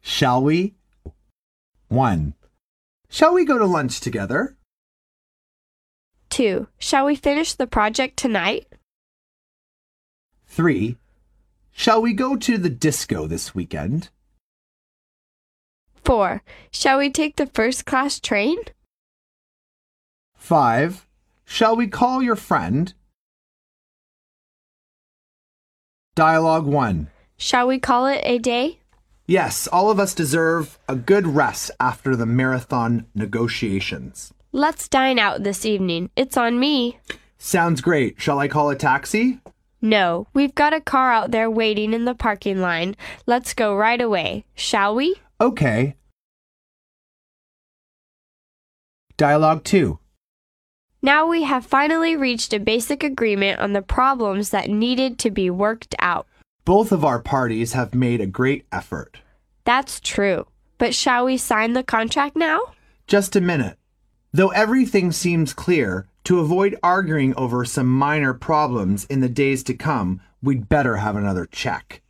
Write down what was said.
Shall we? 1. Shall we go to lunch together? 2. Shall we finish the project tonight? 3. Shall we go to the disco this weekend? 4. Shall we take the first class train? 5. Shall we call your friend? Dialogue 1. Shall we call it a day? Yes, all of us deserve a good rest after the marathon negotiations. Let's dine out this evening. It's on me. Sounds great. Shall I call a taxi? No, we've got a car out there waiting in the parking line. Let's go right away, shall we? Okay. Dialogue 2. Now we have finally reached a basic agreement on the problems that needed to be worked out. Both of our parties have made a great effort. That's true. But shall we sign the contract now? Just a minute. Though everything seems clear, to avoid arguing over some minor problems in the days to come, we'd better have another check.